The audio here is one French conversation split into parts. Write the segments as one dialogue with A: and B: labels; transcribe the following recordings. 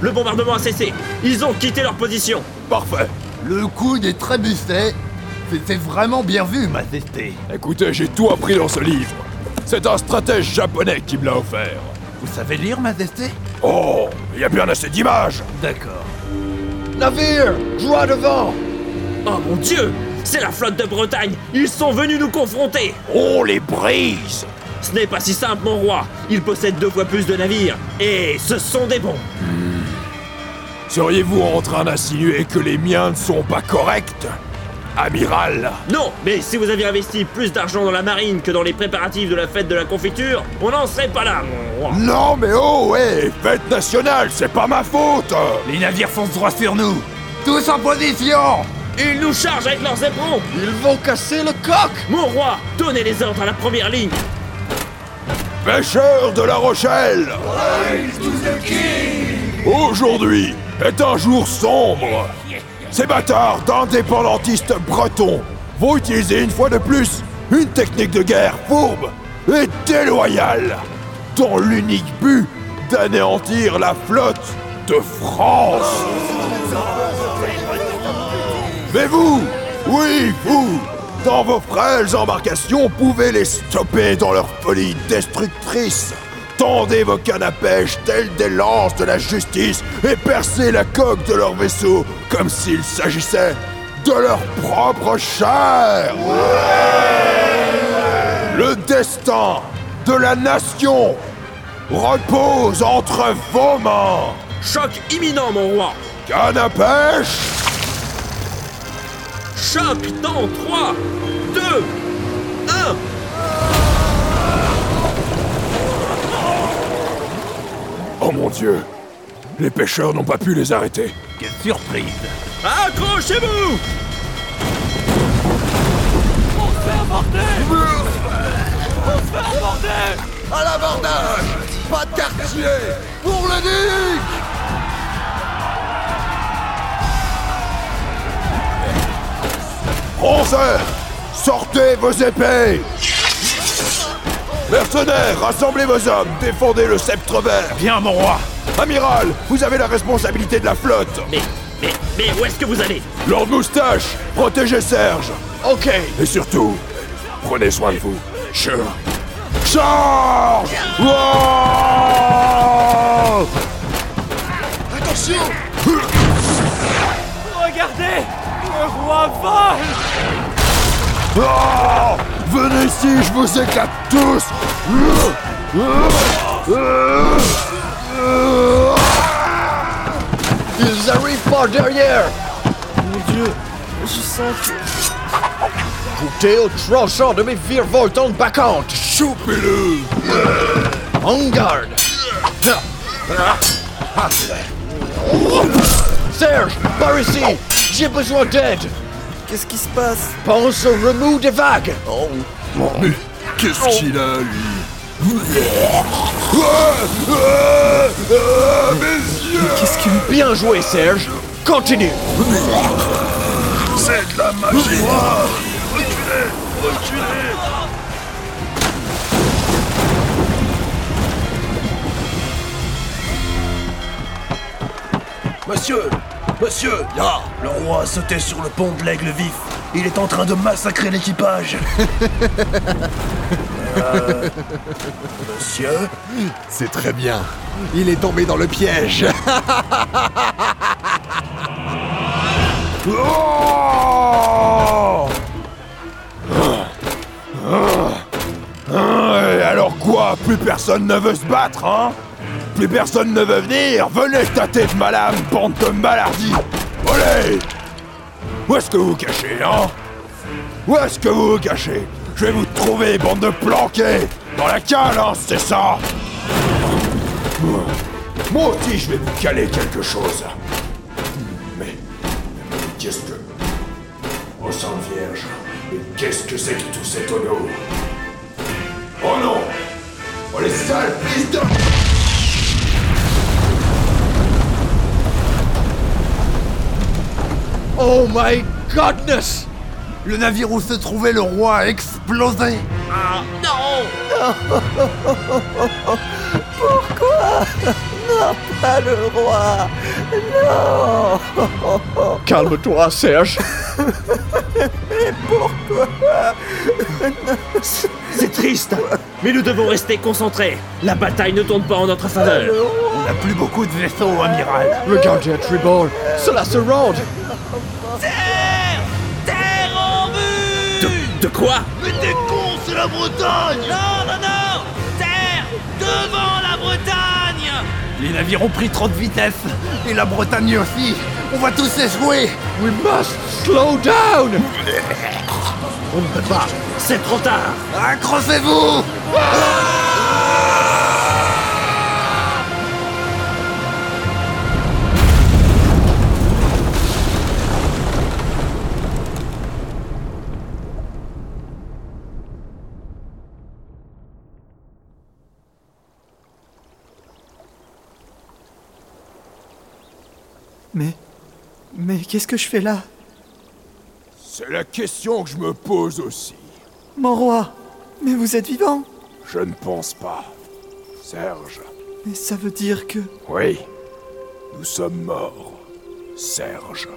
A: Le bombardement a cessé. Ils ont quitté leur position.
B: Parfait.
C: Le coup des trébuchets, c'était vraiment bien vu, Majesté.
B: Écoutez, j'ai tout appris dans ce livre. C'est un stratège japonais qui me l'a offert.
C: Vous savez lire, Majesté
B: Oh, il y a bien assez d'images.
C: D'accord. Navire, joie devant
A: Oh mon Dieu C'est la flotte de Bretagne Ils sont venus nous confronter
B: On les brise.
A: Ce n'est pas si simple, mon roi. Ils possèdent deux fois plus de navires. Et ce sont des bons.
B: Seriez-vous en train d'insinuer que les miens ne sont pas corrects Amiral
A: Non, mais si vous aviez investi plus d'argent dans la marine que dans les préparatifs de la fête de la confiture, on n'en serait pas là, mon roi.
B: Non mais oh ouais, fête nationale, c'est pas ma faute
C: Les navires foncent droit sur nous Tous en position
A: Ils nous chargent avec leurs éperons
C: Ils vont casser le coq
A: Mon roi, donnez les ordres à la première ligne
B: Pêcheurs de la Rochelle Aujourd'hui est un jour sombre. Ces bâtards d'indépendantistes bretons vont utiliser une fois de plus une technique de guerre fourbe et déloyale dans l'unique but d'anéantir la flotte de France. Mais vous, oui, vous, dans vos frêles embarcations, pouvez les stopper dans leur folie destructrice. Tendez vos cannes à pêche telles des lances de la justice et percez la coque de leur vaisseau comme s'il s'agissait de leur propre chair. Le destin de la nation repose entre vos mains.
A: Choc imminent, mon roi
B: Canne à pêche
A: Choc dans 3, 2, 1
B: Oh mon dieu Les pêcheurs n'ont pas pu les arrêter.
C: Quelle surprise
A: Accrochez-vous
B: À l'abordage Pas de quartier Pour le duc Bronzeurs Sortez vos épées Mercenaires, rassemblez vos hommes, défendez le sceptre vert
C: Bien, mon roi
B: Amiral, vous avez la responsabilité de la flotte
A: Mais, mais, mais où est-ce que vous allez
B: Lord Moustache, protégez Serge Ok Et surtout, prenez soin de vous. Sure. Charge Wow
D: Regardez Le roi vole
B: Ah Venez ici, je vous éclate tous
C: Ils arrivent par derrière
D: Mon dieu, je sens que...
C: Goûtez au tranchant de mes virevoltantes bacchantes
B: Choupez-le
C: En garde Serge, par ici J'ai besoin d'aide
D: Qu'est-ce qui se passe
C: Pense au remous des vagues
B: Mais
D: Oh.
B: qu'est-ce qu'il a, lui Mes yeux
D: Qu'est-ce qui...
C: Bien joué, Serge Continue
B: C'est de la magie
E: Monsieur Monsieur Le roi a sauté sur le pont de l'aigle vif. Il est en train de massacrer l'équipage. Euh, monsieur
F: C'est très bien. Il est tombé dans le piège.
B: Oh Hein, Et alors quoi Plus personne ne veut se battre, hein Plus personne ne veut venir Venez tâter de ma lame, bande de malardis Allez Où est-ce que vous vous cachez, hein Où est-ce que vous vous cachez Je vais vous trouver, bande de planqués Dans la cale, hein, c'est ça Moi aussi, je vais vous caler quelque chose. Mais... Qu'est-ce que. Oh Sainte Vierge, mais qu'est-ce que c'est que tous ces tonneaux Oh non Oh les sales fils de.
C: Oh my godness Le navire où se trouvait le roi a explosé
A: Ah non
G: Pourquoi
D: pas le roi Non
G: Calme-toi, Serge.
A: C'est triste, mais nous devons rester concentrés. La bataille ne tourne pas en notre faveur.
C: On n'a plus beaucoup de vaisseaux, amiral.
G: Regardez, Tribord. Cela se rend.
A: De quoi
C: Mais t'es con, c'est la Bretagne
H: Non, non, non Terre Devant la Bretagne
C: Les navires ont pris trop de vitesse. Et la Bretagne aussi. On va tous échouer.
G: We must slow down.
A: C'est trop tard
C: Accrochez-vous
D: Mais. Mais qu'est-ce que je fais là
B: C'est la question que je me pose aussi.
D: Mon roi Mais vous êtes vivant
B: Je ne pense pas. Serge,
D: Mais ça veut dire que.
B: oui, nous sommes morts. Serge.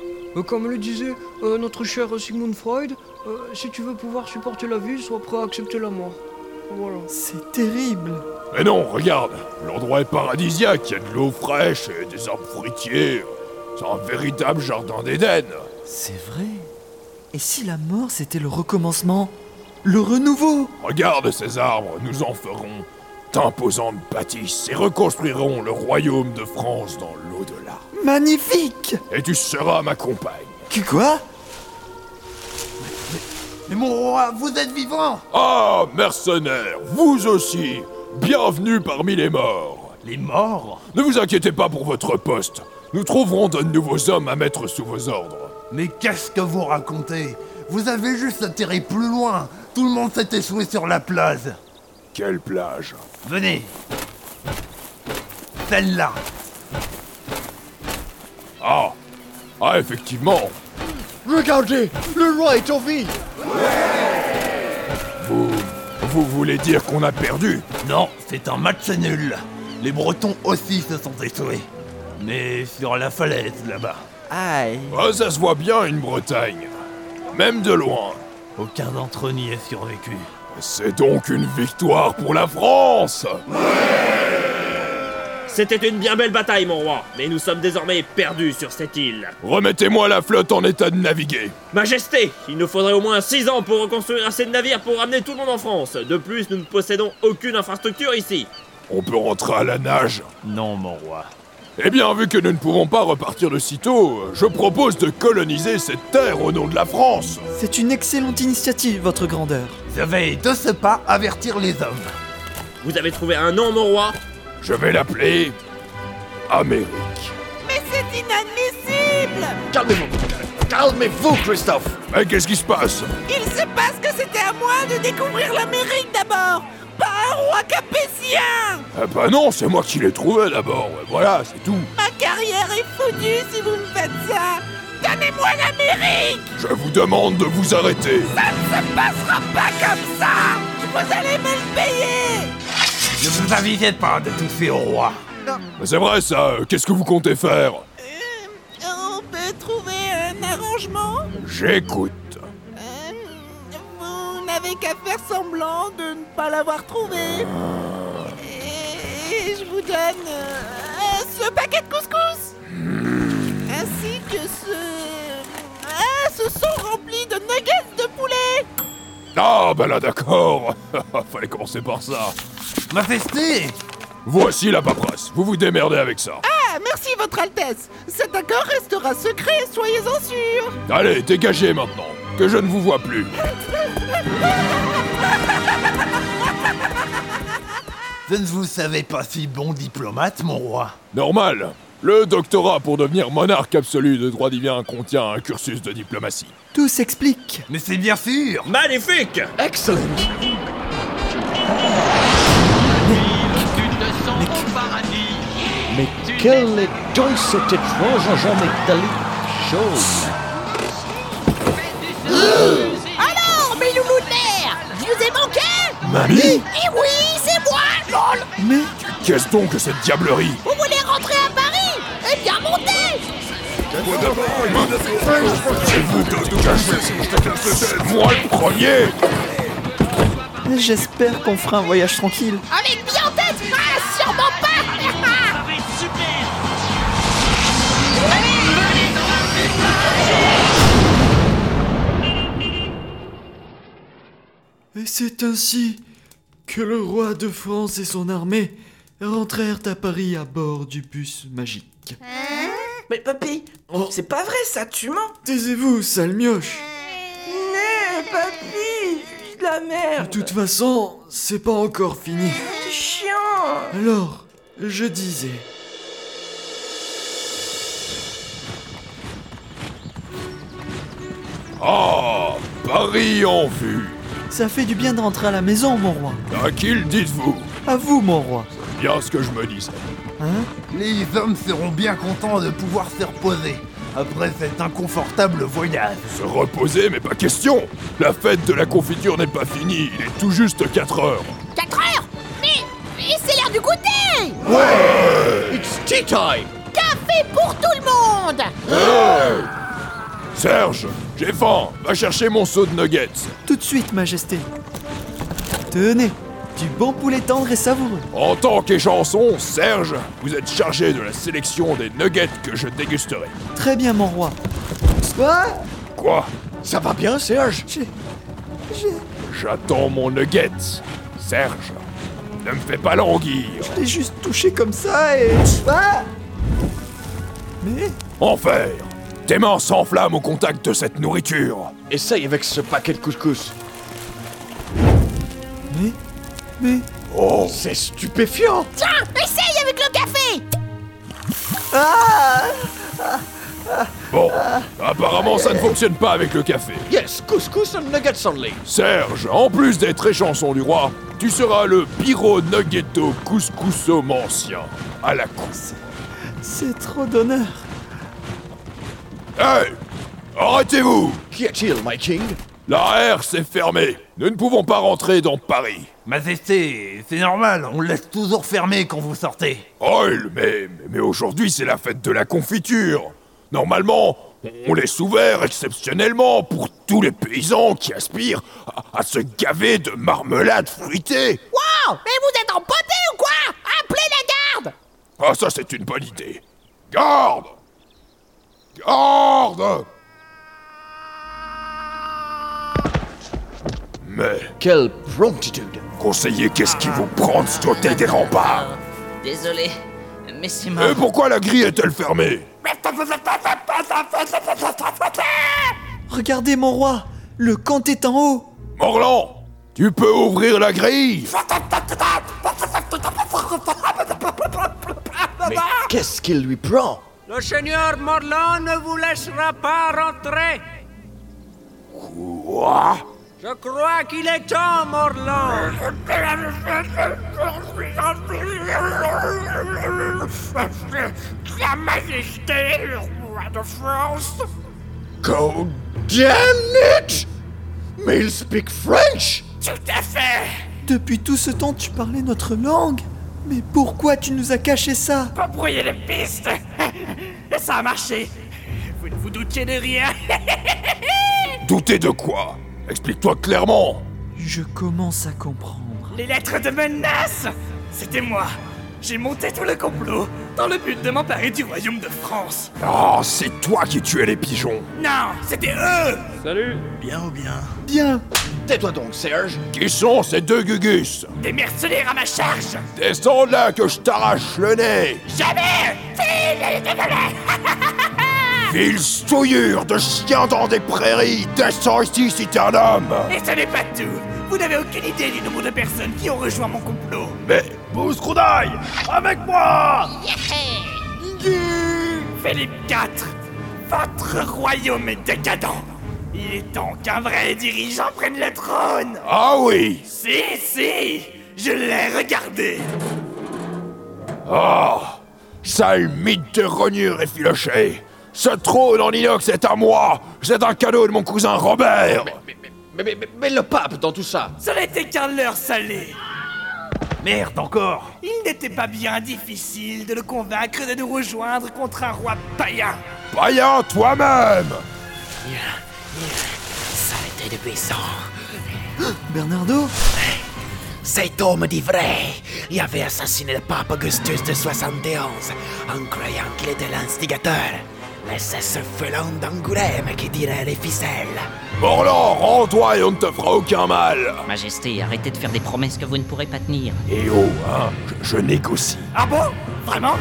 I: Comme le disait euh, notre cher Sigmund Freud, euh, si tu veux pouvoir supporter la vie, sois prêt à accepter la mort. Voilà.
D: C'est terrible
B: Mais non, regarde, l'endroit est paradisiaque, il y a de l'eau fraîche et des arbres fruitiers. C'est un véritable jardin d'Éden.
D: C'est vrai Et si la mort c'était le recommencement Le renouveau
B: Regarde ces arbres, nous en ferons d'imposantes bâtisses et reconstruirons le royaume de France dans l'au-delà.
D: Magnifique
B: Et tu seras ma compagne.
D: Que quoi
C: Mais mon roi, vous êtes vivant
B: Ah, mercenaires, vous aussi, bienvenue parmi les morts.
C: Les morts
B: Ne vous inquiétez pas pour votre poste, nous trouverons de nouveaux hommes à mettre sous vos ordres.
C: Mais qu'est-ce que vous racontez Vous avez juste atterri plus loin. Tout le monde s'est échoué sur la plage.
B: Quelle plage
C: Venez. Celle-là.
B: Ah, ah effectivement,
G: Regardez, le roi est en vie.
B: vous... Vous voulez dire qu'on a perdu
C: Non, c'est un match nul. Les Bretons aussi se sont échoués. Mais sur la falaise là-bas.
D: Aïe
B: Ah, ça se voit bien une Bretagne. Même de loin.
C: Aucun d'entre eux n'y a survécu.
B: C'est donc une victoire pour la France
A: C'était une bien belle bataille, mon roi, mais nous sommes désormais perdus sur cette île.
B: Remettez-moi la flotte en état de naviguer.
A: Majesté, il nous faudrait au moins 6 ans pour reconstruire assez de navires pour ramener tout le monde en France. De plus, nous ne possédons aucune infrastructure ici.
B: On peut rentrer à la nage.
C: Non, mon roi.
B: Eh bien, vu que nous ne pouvons pas repartir de sitôt, euh, je propose de coloniser cette terre au nom de la France.
D: C'est une excellente initiative, votre grandeur
C: Je vais de ce pas avertir les hommes.
A: Vous avez trouvé un nom, mon roi
B: Je vais l'appeler Amérique.
H: Mais c'est inadmissible
G: Calmez-vous. Calmez-vous, Christophe.
B: Mais qu'est-ce qui se passe
H: Il se passe que c'était à moi de découvrir l'Amérique d'abord Pas un roi capétien
B: Ah bah non, c'est moi qui l'ai trouvé d'abord. Voilà, c'est tout.
H: Ma carrière est foutue si vous me faites ça Donnez-moi l'Amérique
B: Je vous demande de vous arrêter.
H: Ça ne se passera pas comme ça Vous allez me le payer
C: Ne vous invitez pas de toucher au roi.
B: Mais C'est vrai ça, euh, qu'est-ce que vous comptez faire
H: Euh, On peut trouver un arrangement
B: J'écoute.
H: Euh, Vous n'avez qu'à faire semblant de ne pas l'avoir trouvé. Et, et je vous donne euh, euh, ce paquet de couscous. Ainsi que ce... Ah, ce sont remplis de nuggets de poulet.
B: Ah bah là d'accord. Fallait commencer par ça.
C: Majesté
B: Voici la paperasse, vous vous démerdez avec ça.
H: Ah, merci, Votre Altesse. Cet accord restera secret, soyez-en sûrs.
B: Allez, dégagez maintenant, que je ne vous vois plus.
C: Je ne vous savais pas si bon diplomate, mon roi.
B: Normal. Le doctorat pour devenir monarque absolu de droit divin contient un cursus de diplomatie.
D: Tout s'explique
C: Mais c'est bien sûr
A: Magnifique
G: Excellent. Mais quelle est cette étrange agent métallique chose
H: Alors, mes loulous de l'air, je vous ai manqué
B: Mamie
H: Eh oui, c'est moi, lol
B: Qu'est-ce donc que cette diablerie
H: Vous voulez rentrer à Paris Eh bien monté
B: Moi le premier
D: J'espère qu'on fera un voyage tranquille.
H: Avec lui en tête Ah, sûrement pas
D: Et c'est ainsi que le roi de France et son armée rentrèrent à Paris à bord du bus magique.
J: Hein
D: Oh.
J: Mais papy, c'est pas vrai ça, tu mens
D: Taisez-vous, sale mioche
J: Non, papy, je suis de la
D: De
J: merde
D: toute façon, c'est pas encore fini.
J: C'est chiant
D: Alors, je disais...
B: Ah Paris en vue
D: Ça fait du bien de rentrer à la maison, mon roi.
B: À qui le dites-vous
D: À vous, mon roi.
B: Bien ce que je me disais.
D: Hein
C: Les hommes seront bien contents de pouvoir se reposer après cet inconfortable voyage.
B: Se reposer, mais pas question La fête de la confiture n'est pas finie, il est tout juste 4 heures
H: 4 heures Mais, mais c'est l'heure du goûter
G: It's tea time!
H: Café pour tout le monde
B: Serge, j'ai faim Va chercher mon seau de nuggets
D: Tout de suite, Majesté. Tenez, du bon poulet tendre et savoureux.
B: En tant qu'échanson, Serge, vous êtes chargé de la sélection des nuggets que je dégusterai.
D: Très bien, mon roi. Quoi
B: Quoi
G: Ça va bien, Serge?
B: J'attends mon nugget Serge, ne me fais pas languir
D: J'ai juste touché comme ça et... Ah Mais...
B: Enfer Tes mains s'enflamment au contact de cette nourriture
G: Essaye avec ce paquet de couscous.
D: Mais... Mais...
B: Oh
G: C'est stupéfiant!
H: Tiens, essaye avec le café
B: Bon, apparemment ça ne fonctionne pas avec le café.
G: Yes, couscous and nuggets only.
B: Serge, en plus d'être échanson du roi, tu seras le pyro nuggetto couscousomancien à la coupe.
D: C'est trop d'honneur.
B: Hey Arrêtez-vous
G: Qu'y a-t-il, my king?
B: La R s'est fermée Nous ne pouvons pas rentrer dans Paris
C: Majesté, c'est normal, on le laisse toujours fermé quand vous sortez.
B: Oil, Oh, mais, mais aujourd'hui c'est la fête de la confiture. Normalement, on laisse ouvert exceptionnellement pour tous les paysans qui aspirent à, à se gaver de marmelade fruitée.
H: Wow Mais vous êtes empotés ou quoi Appelez la garde
B: Ah ça c'est une bonne idée. Garde Garde Mais,
G: Quelle promptitude!
B: conseiller, qu'est-ce qui vous prend de sauter des remparts
K: Désolé, mais c'est
B: Et
G: Ah.
K: mort.
B: pourquoi la grille est-elle fermée
D: Regardez, mon roi Le camp est en haut
B: Morlan, tu peux ouvrir la grille
G: Mais qu'est-ce qu'il lui prend?
L: Le seigneur Morlan ne vous laissera pas rentrer.
B: Ouah
L: Je crois qu'il est temps, Morlan.
H: Sa Majesté, le roi de France
G: Go damn it! Mais il speak French!
H: Tout à fait
D: Depuis tout ce temps, tu parlais notre langue Mais pourquoi tu nous as caché ça
H: Pas brouiller les pistes Ça a marché Vous ne vous doutiez de rien
B: Douter de quoi Explique-toi clairement
D: Je commence à comprendre.
H: Les lettres de menace C'était moi J'ai monté tout le complot dans le but de m'emparer du royaume de France
B: Ah, c'est toi qui tuais les pigeons
H: Non, c'était eux
A: Salut
D: Bien
G: Tais-toi donc, Serge!
B: Qui sont ces deux gugus
H: Des mercenaires à ma charge
B: Descends de là que je t'arrache le nez
H: Jamais
B: Ville souillure de chien dans des prairies Descends ici si t'es un homme
H: Et ce n'est pas tout Vous n'avez aucune idée du nombre de personnes qui ont rejoint mon complot
B: Mais... Bousse Groudaille Avec moi
H: Philippe IV, votre royaume est décadent. Il est temps qu'un vrai dirigeant prenne le trône.
B: Ah oui
H: Si, si, je l'ai regardé.
B: Ah Sale mythe de rognure et filoché Ce trône en inox est à moi C'est un cadeau de mon cousin Robert
G: Mais, mais, mais, mais le pape dans tout ça!
H: Ce n'était qu'un leurre salé.
C: Merde encore
M: Il n'était pas bien difficile de le convaincre de nous rejoindre contre un roi païen.
B: Païen toi-même
M: Ça a été puissant.
D: Bernardo
M: Cet homme dit vrai. Il avait assassiné le pape Augustus de 71 en croyant qu'il était l'instigateur. Mais c'est ce felon d'Angoulême qui tirait les ficelles.
B: Morlan, rends-toi et on ne te fera aucun mal
K: Majesté, arrêtez de faire des promesses que vous ne pourrez pas tenir.
B: Eh oh, hein, je, je négocie.
M: Ah bon Vraiment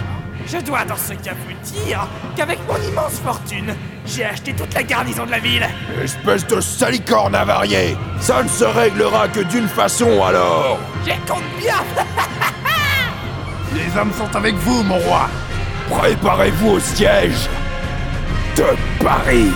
M: Je dois dans ce cas vous dire qu'avec mon immense fortune, j'ai acheté toute la garnison de la ville.
B: Espèce de salicorne avariée Ça ne se réglera que d'une façon alors
M: J'ai compte bien
C: Les hommes sont avec vous, mon roi
B: Préparez-vous au siège de Paris